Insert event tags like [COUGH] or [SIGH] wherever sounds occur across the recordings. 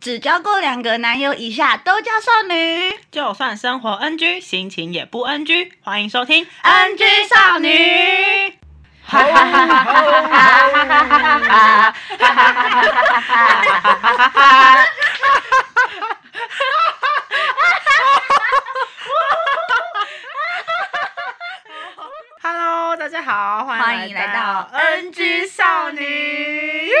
只交过两个男友以下都叫少女。就算生活 NG，心情也不 NG。欢迎收听 NG 少女，哈哈哈哈哈哈！Hello，大家好，欢迎来到 NG 少女哟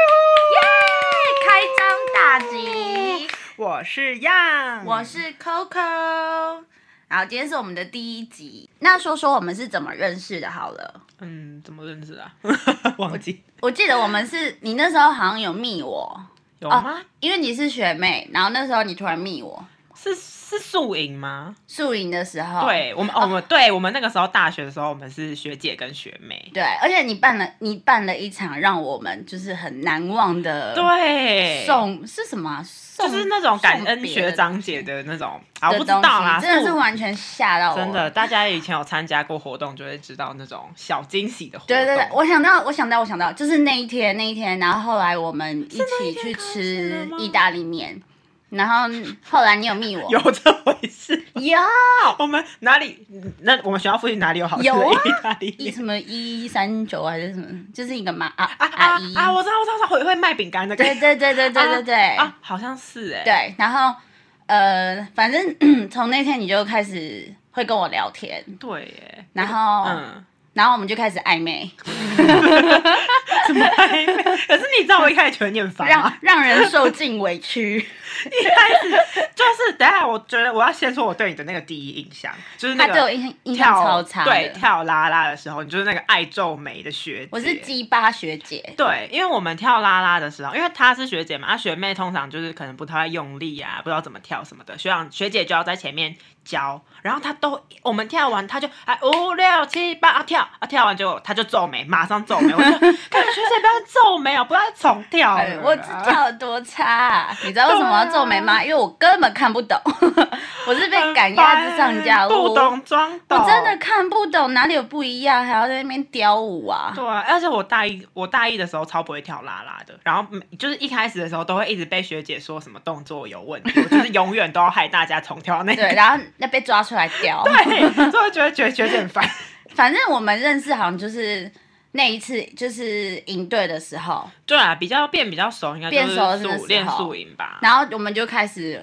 开张大吉！我是样，我是 Coco，然后今天是我们的第一集。那说说我们是怎么认识的？好了，嗯，怎么认识 [LAUGHS] 啊？ [LAUGHS] 忘记我记得我们是你那时候好像有密我，有哦吗？因为你是学妹，然后那时候你突然密我，是是宿营吗？宿营的时候，对我们，哦，我们对我们那个时候大学的时候，我们是学姐跟学妹。对，而且你办了你办了一场让我们就是很难忘的对，呃送是什么啊、送就是那种感送恩别学的长姐的那种啊，的我东西不知道啦，真的是宿完全吓到我。真的，大家以前有参加过活动，就会知道那种小惊喜的活动。对对对，我想到，我想到，我想到，就是那一天，那一天，然后后来我们一起去是那一天开始了吃吗意大利面，然后后来你有密我，有这回事。有我们哪里？那我们学校附近哪里有好吃的哦有啊意大利一面？什么一三九还是什么，就是一个妈啊啊阿啊姨，啊！我知道，我知道，会会卖饼干的。对对对对对对对啊，好像是哎。对，然后呃，反正 [CLEARS THROAT] 从那天你就开始会跟我聊天，对耶。然后嗯，然后我们就开始暧昧，怎么还没？ [LAUGHS] 可是你知道我一开始觉得你很烦吗让？让人受尽委 [LAUGHS] 屈。一开始就是，等一下，我觉得我要先说我对你的那个第一印象，就是那他对我个印象印象超跳差的，对跳啦啦的时候，你就是那个爱皱眉的学姐。我是鸡巴学姐，对，因为我们跳啦啦的时候，因为她是学姐嘛，她、学妹通常就是可能不太会用力啊，不知道怎么跳什么的，学长学姐就要在前面教，然后她都我们跳完，她就哎五六七八啊跳啊跳完结果她就皱眉，马上皱眉，我就 [LAUGHS] 看学姐不要皱眉哦，不要再重跳了哎我只跳得多差啊、你知道为什么要皱眉啊吗？因为我根本看不懂， [LAUGHS] 我是被赶鸭子上架，我不懂装懂，我真的看不懂哪里有不一样，还要在那边雕舞啊。 [LAUGHS] 对啊，而且我大一我大一的时候超不会跳啦啦的，然后每就是一开始的时候都会一直被学姐说什么动作有 [LAUGHS] 问题，我就是永远都要害大家重跳那个。对，然后那被抓出来雕。 [LAUGHS] 对，所以我觉得觉得学姐很烦。反正我们认识好像就是那一次，就是营队的时候，对啊，比较变比较熟，应该变熟的就是时候宿练宿营吧。然后我们就开始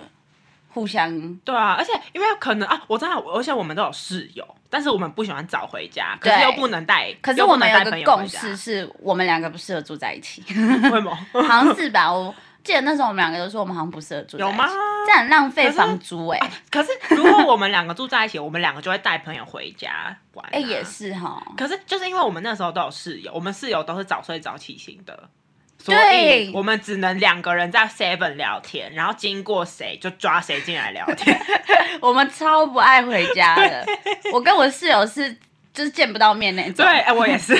互相对啊，而且因为可能啊，我知道，而且我们都有室友，但是我们不喜欢早回家，可是对又不能带，可是又我不们能有带一朋个友回共家识，是我们两个不适合住在一起，[LAUGHS] [LAUGHS] 为什么？好像是吧？我记得那时候我们两个都说我们好像不适合住在一有起，吗？ [LAUGHS] 这很浪费可是啊房租哎、可是如果我们两个住在一起，我们两个就会带朋友回家玩、啊。哎、也是哈，可是就是因为我们那时候都有室友，我们室友都是早睡早起型的，所对以我们只能两个人在 Seven 聊天，然后经过谁就抓谁进来聊天。 [LAUGHS] 我们超不爱回家的。我跟我室友是就是见不到面那种对，，哎我也是。 [LAUGHS] 而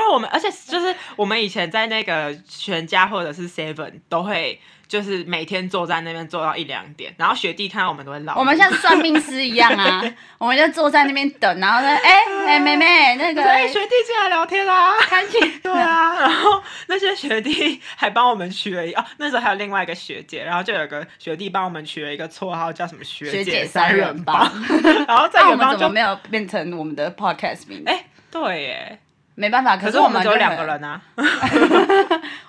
且我们，而且就是我们以前在那个全家或者是 Seven 都会，就是每天坐在那边坐到一两点，然后学弟看到我们都会闹。我们像算命师一样 [LAUGHS] 啊，我们就坐在那边等，然后说，哎、哎、妹妹那个所以学弟进来聊天啦、看 [LAUGHS] 起对啊，然后那些学弟还帮我们取了一哦，那时候还有另外一个学姐，然后就有个学弟帮我们取了一个绰号，叫什么学学姐三人人帮， [LAUGHS] 然后在 [LAUGHS] 那我们远方怎就么没有变成我们的 podcast 名？哎、对耶，没办法，可可是我我们们只有就两很个，人啊，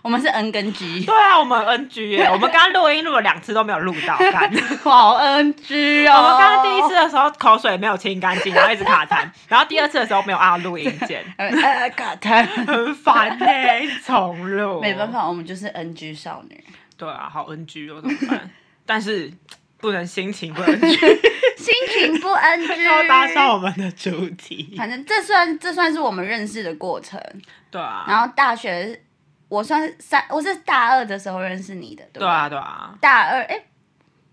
我们是 N 跟 G，[LAUGHS] [LAUGHS] 对啊，我们 NG 耶，我们刚刚录音录了两次都没有录 [LAUGHS] 到，干。好 N G 哦。我们刚刚第一次的时候口水没有清干净，然后一直卡痰，然后第二次的时候没有按到录音键， [LAUGHS] 呃，呃，卡痰， [LAUGHS] 很烦呢、一直重录，没办。法，我们就是 N G 少 [LAUGHS] 女，对啊，好 NG 哦，怎么办？ [LAUGHS] 但是不能心情不 NG，心情不 N G，要搭上我们的主题。反正这算这算是我们认识的过程。对啊，然后大学，我算是三，我是大二的时候认识你的，对不对啊，对啊。大二，哎，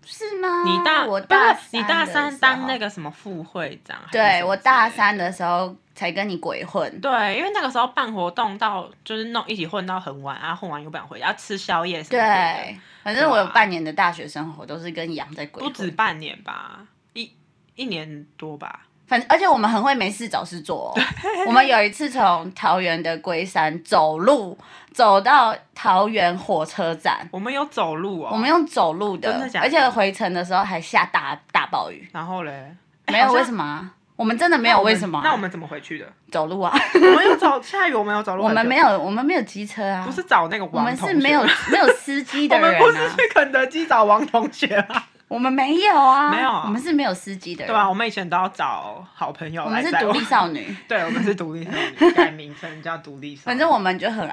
是吗？你大我不大是你大三的三时当候那个什么副会长还是什么之类对的？我大三的时候才跟你鬼混，对，因为那个时候办活动到就是弄一起混到很晚啊，混完又不想回家吃宵夜什么的。对，反正我有半年的大学生活都是跟羊在鬼啊不止混，半年吧，一一年多吧，反正而且我们很会没事找事做、哦。我们有一次从桃园的龟山走路走到桃园火车站，我们有走路哦，我们用走路的，真的假的而且回程的时候还下大大暴雨。然后嘞，没有好像为什么啊？我们真的没有为什么啊？那我们怎么回去的？走路啊？我们有走下雨，我们有走路，我们没有，有，我们没有机车啊不。是找那个我王们同学，是没有没有司机的我们人不是啊，去肯德基找王同学啊，我们没有啊，没有啊我们是没有司机的对啊人，吧、我们以前都要找好朋友我来们是载独我立少女。对，我们是独立少 [LAUGHS] 女，改名称叫独立少女。反正我们就很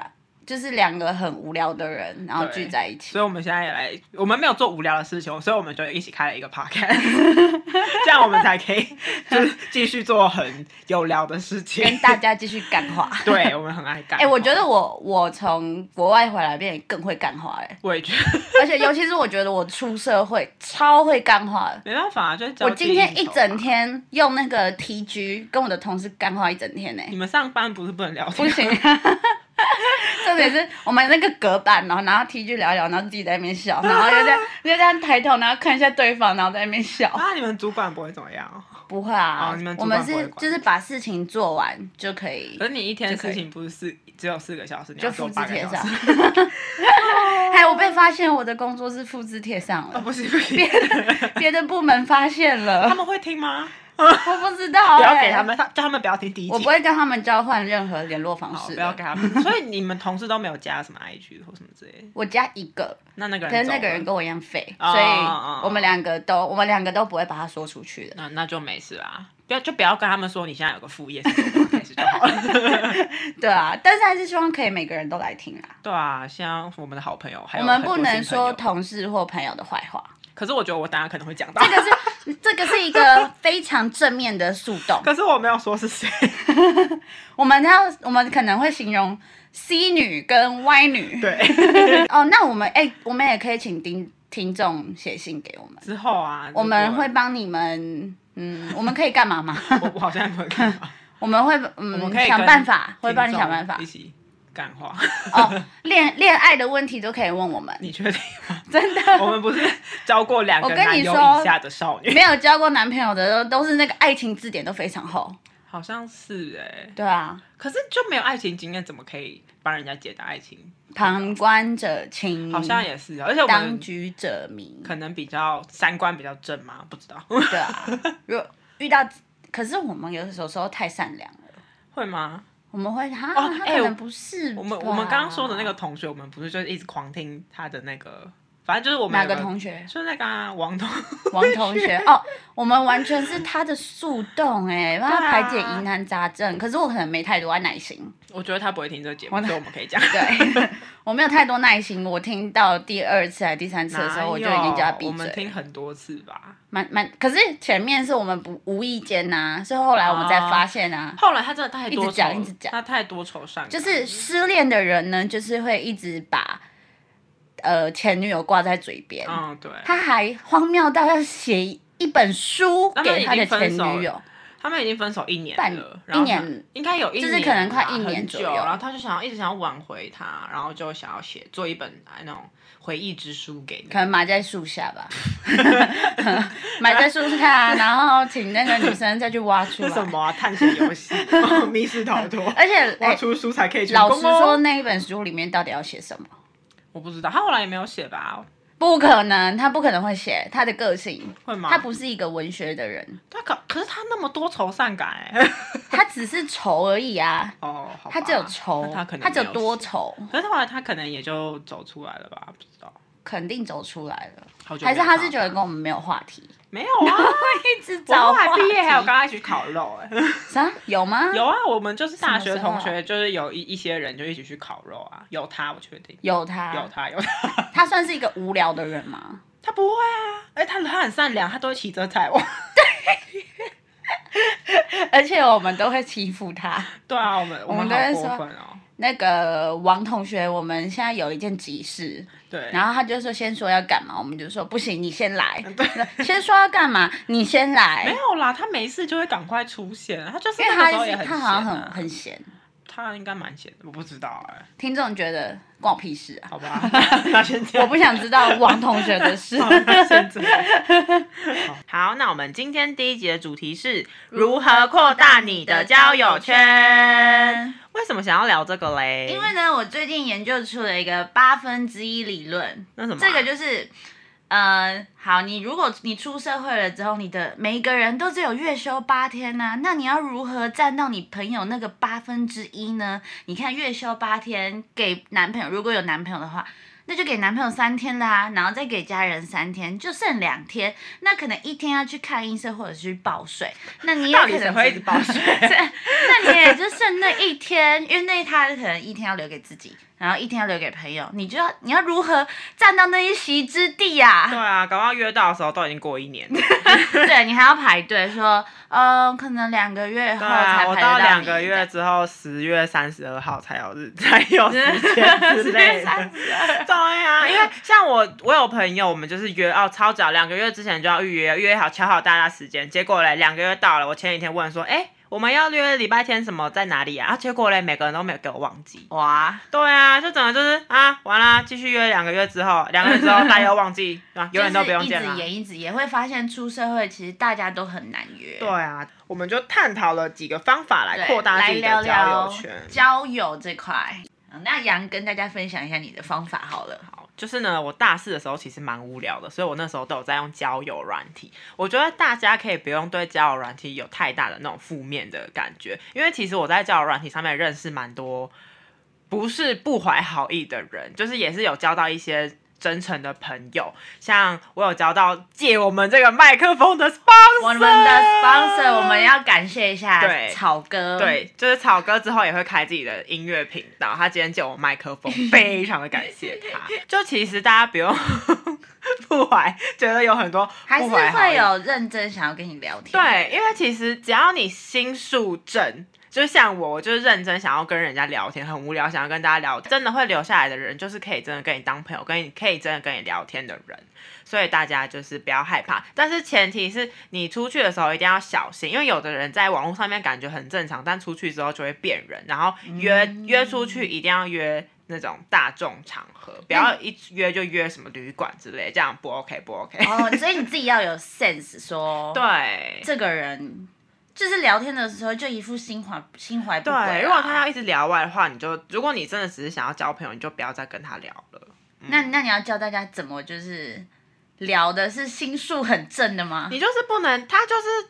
就是两个很无聊的人，然后聚在一起。所以我们现在也来，我们没有做无聊的事情，所以我们就一起开了一个 [LAUGHS] podcast，这样我们才可以就是继续做很有聊的事情。跟大家继续干话。 [LAUGHS] 对我们很爱干。哎、我觉得我我从国外回来变得更会干话哎、我也觉得而且尤其是我觉得我出社会超会干话的。没办法啊，就是交我际今天应一酬整嘛，天用那个 TG 跟我的同事干话一整 [LAUGHS] 天呢、你们上班不是不能聊天不吗？行、 [LAUGHS] 啊。重点是我们那个隔板，然后然后 T 句聊一聊，然后自己在那边笑，然后就 [LAUGHS] 这样就这样抬头，然后看一下对方，然后在那边笑。啊，你们主管不会怎么样哦，不会啊，哦你们主我管们不会是管就是把事情做完就可以可，是你一天就可以事情不是四只有四个小时，你就要复做制八个贴小上时。。 [LAUGHS] 还我被发现我的工作是复制贴上哦，了，不行不 [LAUGHS] 行别，的别的部门发现 [LAUGHS] 了他，们会 [LAUGHS] 听吗？我不知道、欸。不要给他，们，他叫他们不要听第一我集不。会跟他们交换任何联络方好，式哦不要的。给他们。 [LAUGHS] 所以你们同事都没有加什么 IG 或什么之类的。我加一个，那那个人可是走那个了人跟我一样废，哦所哦哦以我们两个都我们两个都不会把它说出去 [LAUGHS] 的。那那就没事啦，不要就不要跟他们说你现在有个副业是做 podcast 就好 [LAUGHS] 了。对啊，但是还是希望可以每个人都来听啊。对啊，像我们的好朋友，还我有们很多不能新朋说友同事或朋友的坏 [LAUGHS] 话，可是我觉得我等下可能会讲到这，个是这个是一个非常正面的树 [LAUGHS] 洞。 [LAUGHS] 可是我没有说是谁。我们要我们可能会形容 C 女跟 Y 女。对，哦，那我们哎、我们也可以请听听众写信给我们，之后啊，我们如果会帮你们。嗯，我们可以干嘛 [LAUGHS] 吗？我我好像也不会干嘛，我们会我嗯们可以想跟办法， [LAUGHS] 会听帮你众想办法一。起干话。 [LAUGHS] 哦，恋恋爱的问题都可以问我们，你确定吗？真的我们不是交过两个我跟男你友说以下的少女？没有交过男朋友的都都是那个爱情字典都非常厚。好像是哎、对啊，可是就没有爱情经验，怎么可以帮人家解答爱情？旁观者清，好像也是，而且我嗯当们局者迷。可能比较三观比较正嘛，不知道 [LAUGHS] 对啊，如果遇到，可是我们有有时候太善良了，会吗？我们会哈，哦他哎可我能不是吧。我们我们刚刚说的那个同学，我们不是就一直狂听他的那个，反正就是我们哪有个同 [LAUGHS] 学？就是那个啊、王同，王同学哦，我们完全是他的树洞哎，帮他对啊排解疑难杂症。可是我可能没太多耐心， [LAUGHS] 我觉得他不会听这个节目，王所以我们可 [LAUGHS] 以讲。对我没有太多耐心。我听到第二次还是第三次的时候，哪有我就已经叫他闭哎我们嘴听了。很多次吧。蛮蛮，可是前面是我们不无意间呐、所以后来我们才发现啊，后来他真的太多一直愁，讲一直讲他太多愁善感，就是失恋的人呢，就是会一直把呃前女友挂在嘴边，嗯，对，他还荒谬到要写一本书那他给已他的经分前手女了友，他们已经分手一年半了，然后一年他应该有一年就啦，是可能快一年很左久右然后他就想要一直想要挽回他，然后就想要写做一本哎那种回忆之书给你可。能埋在树下吧， [LAUGHS] 埋在树下，啊然后请那个女生再去挖出来这 [LAUGHS] 是。什么啊？探险游戏， [LAUGHS] 密室逃脱，而且， [LAUGHS] 哎、挖出书才可以去、哦老实说，，那一本书里面到底要写什么？我不知道，他后来也没有写吧？不可能，他不可能会写他的个性，会吗？他不是一个文学的人，他可可是他那么多愁善感哎、他只是愁而已啊， [LAUGHS] 哦，好吧他只有愁那，他可能他只没有多写，愁，可是后来他可能也就走出来了吧？不知道，肯定走出来了。好久还没是他是看觉到得跟我们没有话题，没有 [LAUGHS] 啊？一直我找后话来题。毕业还有跟他一起烤肉 [LAUGHS] 哎、啥？有吗？有啊，我们就是大学什么时候啊同学，就是有一一些人就一起去烤肉啊，有他我确定，有他，有他有 [LAUGHS] 他，他算是一个无聊的人 [LAUGHS] 吗？他不会啊，哎、他他很善良，他都会骑车载我。 [LAUGHS] 而且我们都会欺负他。对啊，我们我我们们好都会过说分哦，那个王同学，我们现在有一件急事，对，然后他就说先说要干嘛，我们就说不行，你先 [LAUGHS] 来。 [LAUGHS] 先说要干嘛，你先来没。有啦，他没事就会赶快出现，他就是因为那他个时候也是很他闲好像很啊很闲，他应该蛮闲的，我不知道哎、听众觉得关我屁事啊！好吧， [LAUGHS] 那先这我样。不想知道王同学的 [LAUGHS] 事。好那先这样好，那我们今天第一集的主题是如何扩大你的交友圈。为什么想要聊这个嘞？因为呢，我最近研究出了一个八分之一理论，那什么啊、这个就是，呃，好，你如果你出社会了之后，你的每一个人都只有月休八天呐、那你要如何占到你朋友那个八分之一呢？你看月休八天给男朋友，如果有男朋友的话。那就给男朋友三天啦，然后再给家人三天，就剩两天。那可能一天要去看医生或者是去报税，那你也到可底谁能会一只直报税？ [LAUGHS] 那你也就剩那一天，因为那他可能一天要留给自己，然后一天要留给朋友，你就要你要如何占到那一席之地呀、对啊，搞到约到的时候都已经过一年 [LAUGHS] 了。对你还要排队说，呃，可能两个月后对才啊，排我得到你两 [LAUGHS] 个月。之后，十月三十二号才有日才有时间 [LAUGHS] 之之类类的的。 [LAUGHS] 对 [LAUGHS] 啊，因为像我，我有朋友，我们就是约哦，超早两个月之前就要预约，约好敲好大家时间。结果嘞，两个月到了，我前几天问说，哎，我们要约礼拜天什么在哪里啊？啊结果嘞，每个人都没有给我忘记。哇，对啊，就整个就是啊，完啦，继续约两个月之后，两个月之后大家又忘记 [LAUGHS] 啊，永远都不用见就是一了直。演一直演，会发现出社会其实大家都很难约。对啊，我们就探讨了几个方法来对，扩大来自己聊的交聊友圈。交友这块。那杨跟大家分享一下你的方法好了。好就是呢，我大四的时候其实蛮无聊的，所以我那时候都有在用交友软体。我觉得大家可以不用对交友软体有太大的那种负面的感觉，因为其实我在交友软体上面认识蛮多不是不怀好意的人，就是也是有交到一些真诚的朋友，像我有交到借我们这个麦克风的 [LAUGHS] sponsor，我们的 sponsor 我们要感谢一下啊对草哥，，对，就是草哥之后也会开自己的音乐频道，他今天借我麦克风，非常的感谢他。就其实大家不用 [LAUGHS] 不怀，觉得有很多还是不怀好会意有认真想要跟你聊天。对，因为其实只要你心术正，就像我，我就是认真想要跟人家聊天，很无聊想要跟大家聊，真的会留下来的人，就是可以真的跟你当朋友，跟你可以真的跟你聊天的人。所以大家就是不要害怕，但是前提是你出去的时候一定要小心，因为有的人在网络上面感觉很正常，但出去之后就会变人，然后约、约出去一定要约。那种大众场合，不要一约就约什么旅馆之类，这样不 OK 不 OK。哦，所以你自己要有 sense，说对，这个人就是聊天的时候就一副心怀心怀不轨啊。对，如果他要一直聊外的话，你就如果你真的只是想要交朋友，你就不要再跟他聊了。那那你要教大家怎么就是聊的是心术很正的吗？你就是不能，他就是，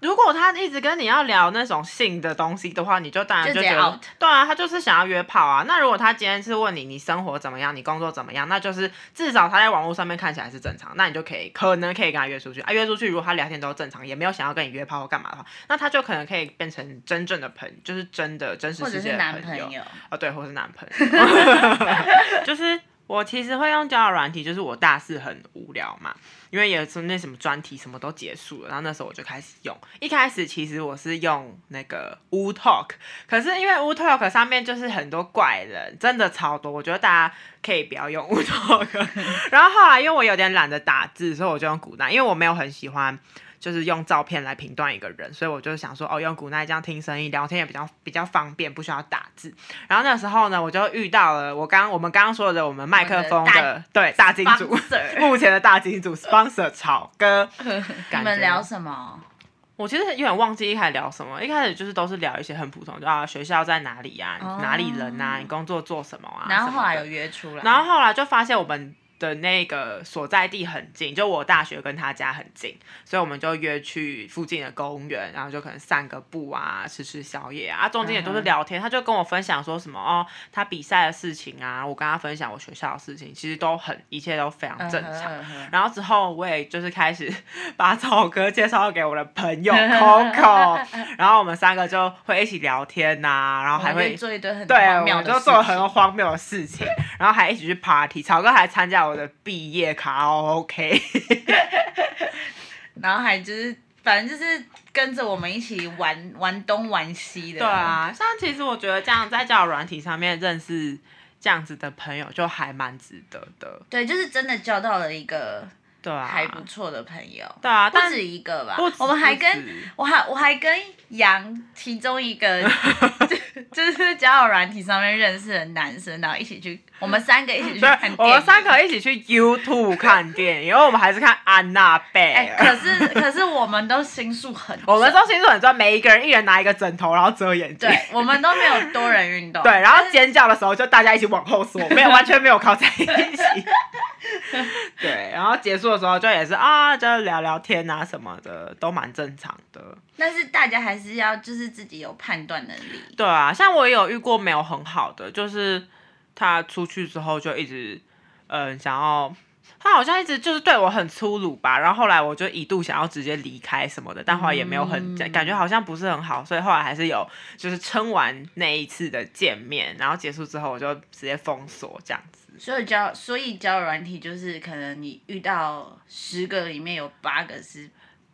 如果他一直跟你要聊那种性的东西的话，你就当然就就直觉接得 out，对啊，他就是想要约炮啊。那如果他今天是问你你生活怎么样，你工作怎么样，那就是至少他在网络上面看起来是正常，那你就可以可能可以跟他约出去啊。约出去，如果他聊天都正常，也没有想要跟你约炮或干嘛的话，那他就可能可以变成真正的朋就是真的真实或者世是界的男朋友友，哦，对，或是男朋友， [LAUGHS] 就是我其实会用交友软体，就是我大四很无聊嘛，因为有时候那什么专题什么都结束了，然后那时候我就开始用。一开始其实我是用那个 Wu Talk，可是因为 Wu Talk 上面就是很多怪人，真的超多，我觉得大家可以不要用 Wu Talk。然后后来因为我有点懒得打字，所以我就用古代，因为我没有很喜欢。就是用照片来评断一个人，所以我就想说，哦，用古奈这样听声音聊天也比较比较方便，不需要打字。然后那时候呢，我就遇到了我刚我们刚刚说的我们麦克风我的们的对大金主， Sponsor [LAUGHS] 目前的大金主 sponsor 草哥。 [LAUGHS] 你感觉们聊什么？我其实有点忘记一开始聊什么，一开始就是都是聊一些很普通，就啊学校在哪里呀、哦哪里人呐、你工作做什么啊，然后什么后来的有约出来，然后后来就发现我们的那个所在地很近，就我大学跟他家很近，所以我们就约去附近的公园，然后就可能散个步啊，吃吃宵夜啊，啊中间也都是嗯哼聊天。他就跟我分享说什么哦，他比赛的事情啊，我跟他分享我学校的事情，其实都很一切都非常正常。嗯哼嗯哼然后之后我也就是开始 [LAUGHS] 把草哥介绍给我的朋友 Coco，然 [LAUGHS] 后我们三个就会一起聊天呐、然后还我们会哦就做一堆很对，荒我谬们的就事做了情很多荒谬的事情，然后还一起去 party，草哥还参加我的毕业卡拉 OK，然后还就是，反正就是跟着我们一起玩玩东玩西的。对，啊，像其实我觉得这样在交友软体上面认识这样子的朋友，就还蛮值得的。对，就是真的交到了一个对啊，还不错的朋友，对啊，不但止一个吧不止，我们还不跟止我还我还跟杨其中一 [LAUGHS] 个就就是交友软体上面认识的男生，然后一起去，我们三个一起去对看电，影。我们三个一起去 YouTube 看电影，因为我们还是看安娜贝哎、尔。可是可是我们都心术很重，我们都清楚很专，每一个人一人拿一个枕头，然后遮眼睛。对，我们都没有多人运动，对，然后尖叫的时候就大家一起往后缩，没有完全没有靠在一起。对，然后结束的时候就也是啊，就聊聊天啊什么的，都蛮正常的。但是大家还是要就是自己有判断能力。对啊，像我也有遇过没有很好的，就是他出去之后就一直嗯、呃想要。他好像一直就是对我很粗鲁吧，然后后来我就一度想要直接离开什么的，但后来也没有很、嗯感觉好像不是很好，所以后来还是有就是撑完那一次的见面，然后结束之后我就直接封锁这样子。所以交所以交友软体就是可能你遇到十个里面有八个是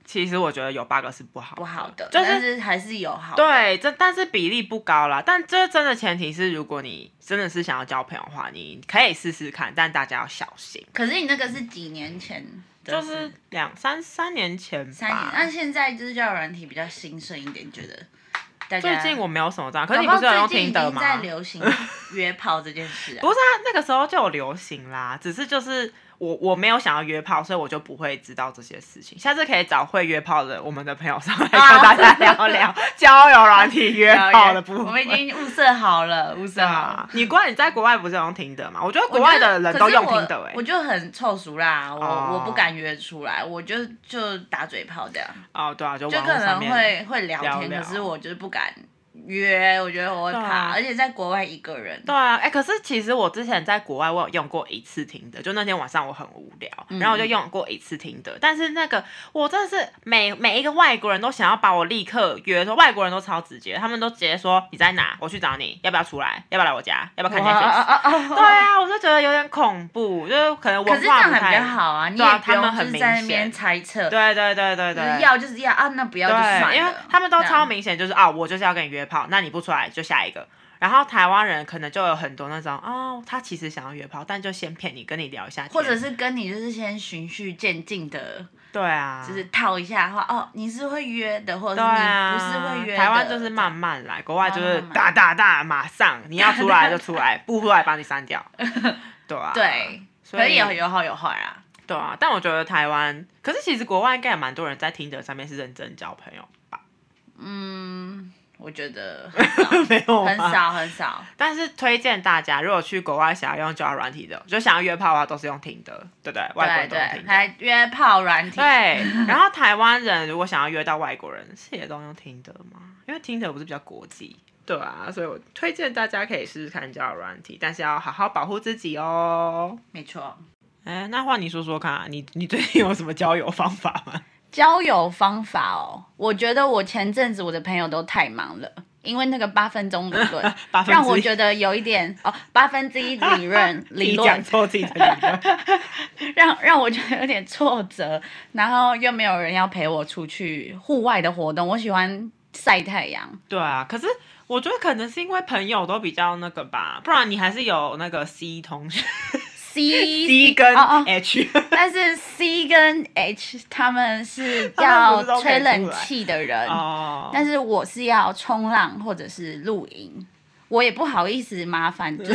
其实我觉得有八个是不好不好的，就但是是还是有好的。对，啊这但是比例不高啦。但这真的前提是，如果你真的是想要交朋友的话，你可以试试看，但大家要小心。可是你那个是几年前的就事？是两三三年前吧。三年，但现在就是交友软体比较兴盛一点，觉得大最家近我没有什么这样，可搞不是你好不是有用最近已听经的在吗？流 [LAUGHS] 行约炮这件事啊不。是啊，那个时候就有流行啦，只是就是我我没有想要约炮，所以我就不会知道这些事情。下次可以找会约炮的我们的朋友上来跟好大家 [LAUGHS] 聊聊交友软体约炮的部分。我们已经物色好了，物色好了啊。，你关你在国外不是有用听的吗？我觉得我国觉外得的人都用可是我听的哎、我就很臭俗啦，我、哦我不敢约出来，我就就打嘴炮这样，哦，对啊，就就网可络上能面会会聊聊天，聊可是我就是不敢约，我觉得我会对啊怕，而且在国外一个人，对啊，哎、可是其实我之前在国外，我有用过一次听的，就那天晚上我很无聊，嗯然后我就用过一次听的。但是那个我真的是每每一个外国人都想要把我立刻约，说外国人都超直接，他们都直接说你在哪，我去找你，要不要出来，要不要来我家，要不要看哇啊 [LAUGHS] Netflix？啊啊对啊，我就觉得有点恐怖，就是可能可是文这化样不还比太较。好啊，你对啊也不他们用就很是在那明边显猜测，对对对对就是对，要就是要啊，那不要就算了。对，因为他们都这样超明显，就是啊、我就是要跟你约炮，那你不出来就下一个。然后台湾人可能就有很多那种哦，他其实想要约炮，但就先骗你，跟你聊一下天，或者是跟你就是先循序渐进的，对啊，就是套一下的话，哦，你是会约的，或者对是你啊，不是会约的。台湾就是慢慢来，国外就慢是慢慢大大大，马上你要出来就出来， [LAUGHS] 不出来把你删 [LAUGHS] 掉，对啊，对，所可以以有有好有坏啊。对啊，但我觉得台湾，可是其实国外应该也蛮多人在听的上面是认真交朋友 [LAUGHS] 吧？嗯，我觉得 [LAUGHS] 没有很吗少很少。但是推荐大家，如果去国外想要用交友软体的，就想要约炮的话，都是用听的，对不对？外国对人都用听对，的。还约炮软体。对，然后台湾人如果想要约到外国人，是也都用听的吗？因为听的不是比较国际。对啊，所以我推荐大家可以试试看交友软体，但是要好好保护自己哦。没错。哎，那换你说说看啊，你你最近有什么交友方法吗？交友方法哦，我觉得我前阵子我的朋友都太忙了，因为那个八分钟理论 [LAUGHS] 八分之一让我觉得有一点哦，八分之一理 [LAUGHS] 论理你讲论错自己的理 [LAUGHS] 论。让让我觉得有点挫折，然后又没有人要陪我出去户外的活动，我喜欢晒太阳。对啊，可是我觉得可能是因为朋友都比较那个吧，不然你还是有那个 C 同学 C， [LAUGHS] ，C 跟哦哦 H。但是 C 跟 H 他们是 [LAUGHS] 他们要不是都可以吹冷出来气的人，哦，但是我是要冲浪或者是露营，我也不好意思麻烦，就是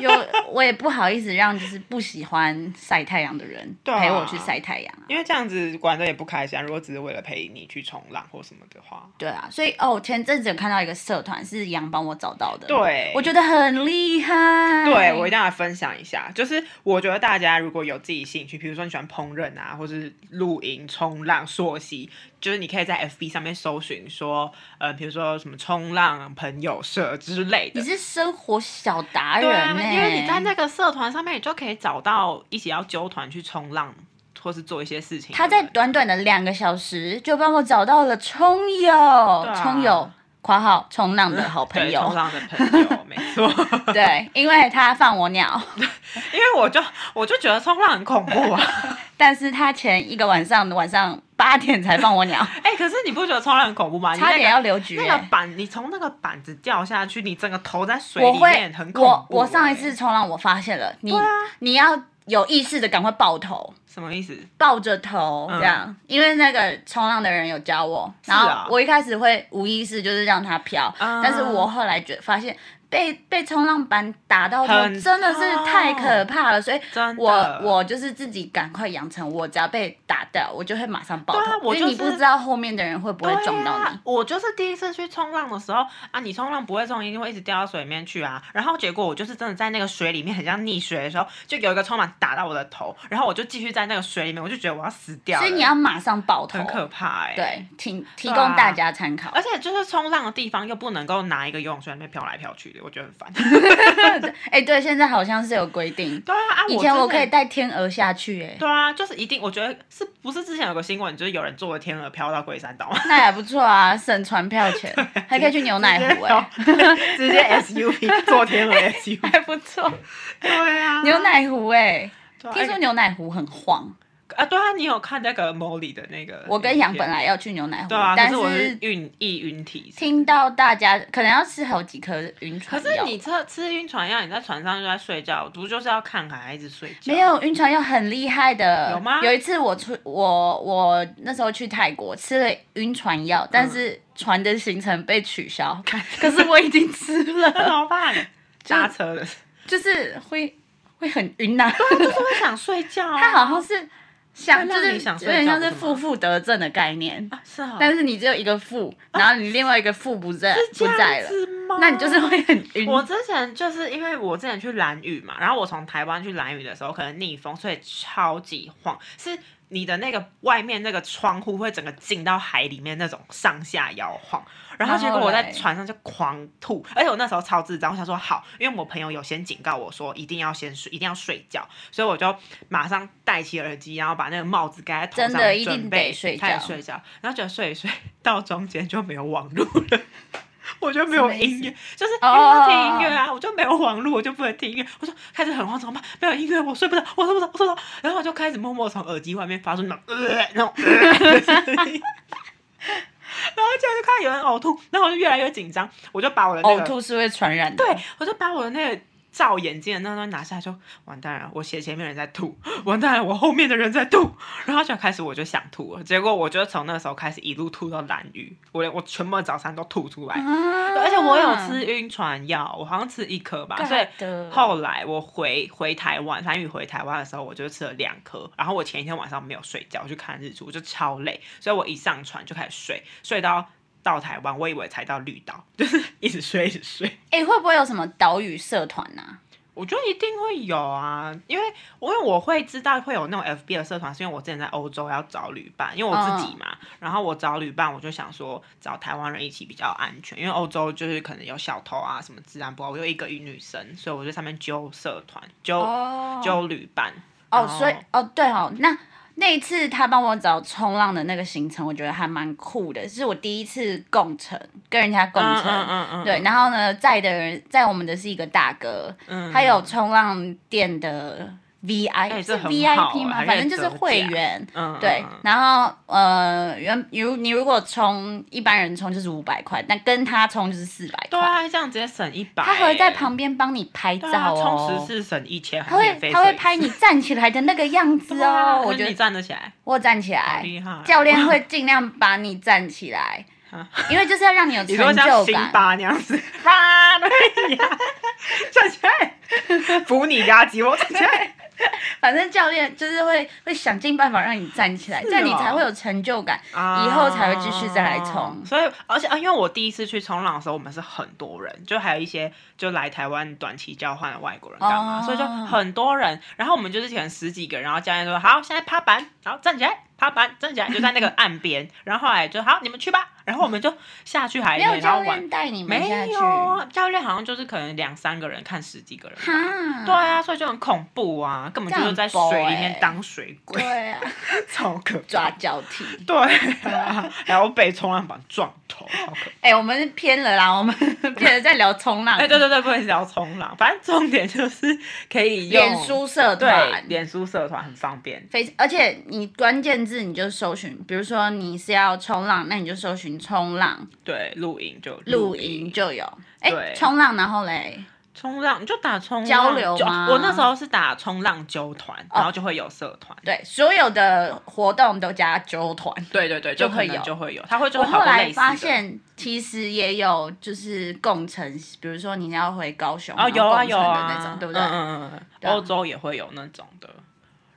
有 [LAUGHS] 我也不好意思让就是不喜欢晒太阳的人 [LAUGHS] 对啊陪我去晒太阳啊。因为这样子玩的也不开心、啊。如果只是为了陪你去冲浪或什么的话，对啊，所以哦，前阵子有看到一个社团是杨帮我找到的，对我觉嗯得很厉害。对我一定要来分享一下。就是我觉得大家如果有自己兴趣，比如说你喜欢烹饪啊，或是露营、冲浪、溯溪，就是你可以在 FB 上面搜寻说，呃，比如说什么冲浪朋友社之类你的。是生活小达人欸对呢、啊，因为你在那个社团上面，你就可以找到一起要揪团去冲浪，或是做一些事情的人。他在短短的两个小时就帮我找到了冲友，冲友（括号冲浪的好朋对友啊冲浪的朋友，没 [LAUGHS] 错。）对，因为他放我鸟。因为我就我就觉得冲浪很恐怖啊。 [LAUGHS] 但是他前一个晚上晚上八点才放我 [LAUGHS] 鸟，哎、可是你不觉得冲浪很恐怖吗？你差点要留那局、个、欸。那个板，你从那个板子掉下去，你整个头在水我里会面，很恐怖、欸啊我我上一次，冲浪我发现了，你、你要有意识的赶快抱头，什么意思？抱着头嗯这样，因为那个冲浪的人有教我，是然啊后我一开始会无意识就是让它飘，啊但是我后来觉发现被被冲浪板打到头很真的是太可怕了，所以真的我我就是自己赶快养成，我只要被打到，我就会马上抱头，对啊我因为你就是不知道后面的人会不会对撞到你。啊我就是第一次去冲浪的时候啊，你冲浪不会冲，一定会一直掉到水里面去啊。然后结果我就是真的在那个水里面，很像溺水的时候，就有一个冲浪打到我的头，然后我就继续在那个水里面，我就觉得我要死掉了。所以你要马上抱头，啊很可怕哎、。对，提提对供啊大家参考。而且就是冲浪的地方又不能够拿一个游泳圈在那边飘来飘去的，我觉得 [LAUGHS] 很烦。哎、对，现在好像是有规定，对啊，啊以前我之可以带天鹅下去、哎，对啊，就是一定，我觉得是不是之前有个新闻，就是有人坐着天鹅飘到龟山岛，那也不错啊，省船票钱，还可以去牛奶湖、哎，直接哦 SUP 坐天鹅 [LAUGHS] SUP，还不错。对啊，牛奶湖、对哎，啊听说牛奶湖很晃，啊，对啊，你有看那个 Molly 的那个影片？我跟杨本来要去牛奶湖，哎对啊，可但是我是晕易晕体质。听到大家可能要吃好几颗晕可船是药。你吃吃晕船药，你在船上就在睡觉，不就是要看海一直睡觉？没，有晕船药很厉害的，有吗有一次我出我我那时候去泰国吃了晕船嗯药，但是船的行程被取消，可是我已经吃 [LAUGHS] 那怎 [LAUGHS] 了，么办？搭车的， [LAUGHS] 就是会会很晕呐、就是会想睡觉啊。它好像是想会就让是你想有点睡觉像是不是吗负负得正的概念，啊是啊，但是你只有一个负，然后你另外一个负不在是不这在样了，子吗？那你就是会很晕。我之前就是因为我之前去兰屿嘛，然后我从台湾去兰屿的时候，可能逆风，所以超级晃，是你的那个外面那个窗户会整个进到海里面那种上下摇晃，然后结果我然后嘞在船上就狂吐，而且我那时候超智障，我想说好，因为我朋友有先警告我说一定要先睡，一定要睡觉，所以我就马上戴起耳机，然后把那个帽子盖在头上，真的一定准备得睡觉开始睡觉，然后就睡一睡 [LAUGHS] 到中间就没有网路了。 [LAUGHS] 我就没有音乐，就是哦因为要听音乐啊我就没有网络，我就不能听音乐。我说开始很慌，怎么办？没有音乐，我睡不着，我睡不着，我睡不着。然后我就开始默默从耳机外面发出那种呃那种 [LAUGHS] 呃的声音，然后就就看到有人呕吐，然后我就越来越紧张，我就把我的那呕个，吐是会传染的，对，我就把我的那个。罩眼镜的那个东西拿下来就完蛋了，我斜前面的人在吐，完蛋了，我后面的人在吐，然后就开始我就想吐了，结果我就从那时候开始一路吐到蓝雨，我连我全部的早餐都吐出来，啊对而且我有吃晕船药，我好像吃一颗吧，所以的后来我回回台湾，蓝宇回台湾的时候，我就吃了两颗。然后我前一天晚上没有睡觉，我去看日出，我就超累，所以我一上船就开始睡，睡到到台湾，我以为才到绿岛，就是一直睡一直睡。哎、会不会有什么岛屿社团啊呐、我觉得一定会有啊，因为因为我会知道会有那种 FB 的社团，是因为我之前在欧洲要找旅伴，因为我自嗯己嘛，然后我找旅伴，我就想说找台湾人一起比较安全，因为欧洲就是可能有小偷啊什么治安不好，我又一个女生，所以我就上面揪社团，揪、哦揪旅伴。哦，然后所以哦，对哦，那那一次他帮我找冲浪的那个行程，我觉得还蛮酷的，是我第一次共乘，跟人家共嗯乘。嗯嗯嗯，对，然后呢，在的人在我们的是一个大哥，嗯他有冲浪店的 VI，、哎是这很 VIP 好吗？哎反正就是还可以折价会员。嗯对啊嗯，然后呃，原你如你如果冲一般人冲就是五百块，但跟他冲就是四百对块，啊，这样直接省一百、他还会在旁边帮你拍对啊，照哦，充十次省一千，他还免会费他会摄影拍你站起来的那个样子 [LAUGHS] 对啊哦，我那觉得你哎站得起来，我站起好来，厉害。教练会尽量把你站起 [LAUGHS] 来啊，因为就是要让你有你成说像就辛感。巴那 [LAUGHS] 样子，啪的 [LAUGHS] 呀，站起来， [LAUGHS] 扶你压鸡，我站起来。反正教练就是会会想尽办法让你站起来，是这样你哦才会有成就感。[LAUGHS] 啊以后才会继续再来冲所以，而且啊，因为我第一次去冲浪的时候，我们是很多人，就还有一些就来台湾短期交换的外国人干嘛哦所以就很多人。然后我们就是可能十几个人，然后教练说：“好，现在趴板，好站起来，趴板站起来。”就在那个岸边。然后后来就好，你们去吧。然后 [LAUGHS] 我们就下去没海里有面，然教后玩练。带你们没下去，有啊，教练好像就是可能两三个人看十几个人吧。哈，对啊，所以就很恐怖啊，根本就是在水里嗯这样很面薄当水鬼，对啊，超可怕抓。交替。对啊，然后被冲浪板撞头，好可怕。哎、我们是偏了啦，我 [LAUGHS] 们偏了在聊冲浪。 [LAUGHS] 哎、对对对，不能聊冲浪，反正重点就是可以用 [LAUGHS] 脸书社对团，脸书社团很方便。非而且你关键字你就搜寻，比如说你是要冲浪，那你就搜寻冲浪对，露营就露营就有。哎、对冲浪然后嘞，冲浪你就打冲浪交流就吗哦我那时候是打冲浪纠团，然后就会有社团。对，所有的活动都加纠团。对对对，就就会可有能就会有，他会做我好后多类来似发的现，其实也有就是共乘，比如说你要回高雄哦，然后有啊共乘有的啊，那种，对不对？嗯嗯嗯对啊嗯，欧洲也会有那种的，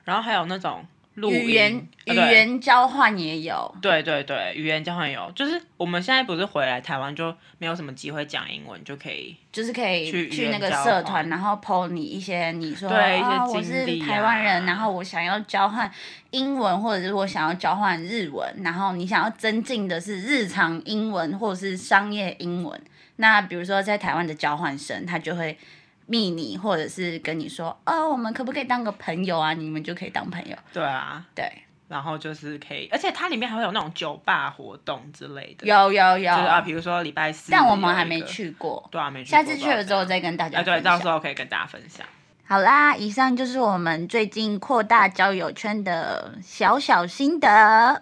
然后还有那种露营语言呃语对言交换也有，对对对，语言交换有，就是我们现在不是回来台湾就没有什么机会讲英文，就可以就是可以去语去言那个交换社团，然后 PO 你一些你说对一些啊我经是历台湾人，啊然后我想要交换英文，或者是我想要交换日文，然后你想要增进的是日常英文或者是商业英文。那比如说在台湾的交换生，他就会密你，或者是跟你说，哦，我们可不可以当个朋友啊？你们就可以当朋友。对啊，对，然后就是可以，而且它里面还会有那种酒吧活动之类的，有有有，就是啊，比如说礼拜四，但我们还没，去过，对啊，没去过，下次去了之后再跟大不家知道怎样，哎，对，分到享时。候可以跟大家分享。好啦，以上就是我们最近扩大交友圈的小小心得。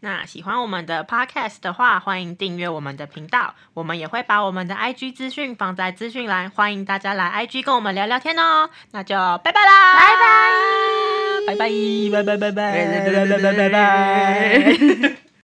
那喜欢我们的 podcast 的话，欢迎订阅我们的频道。我们也会把我们的 IG 资讯放在资讯栏，欢迎大家来 IG 跟我们聊聊天哦。那就拜拜啦，拜拜，拜拜，拜拜拜拜拜拜拜拜拜。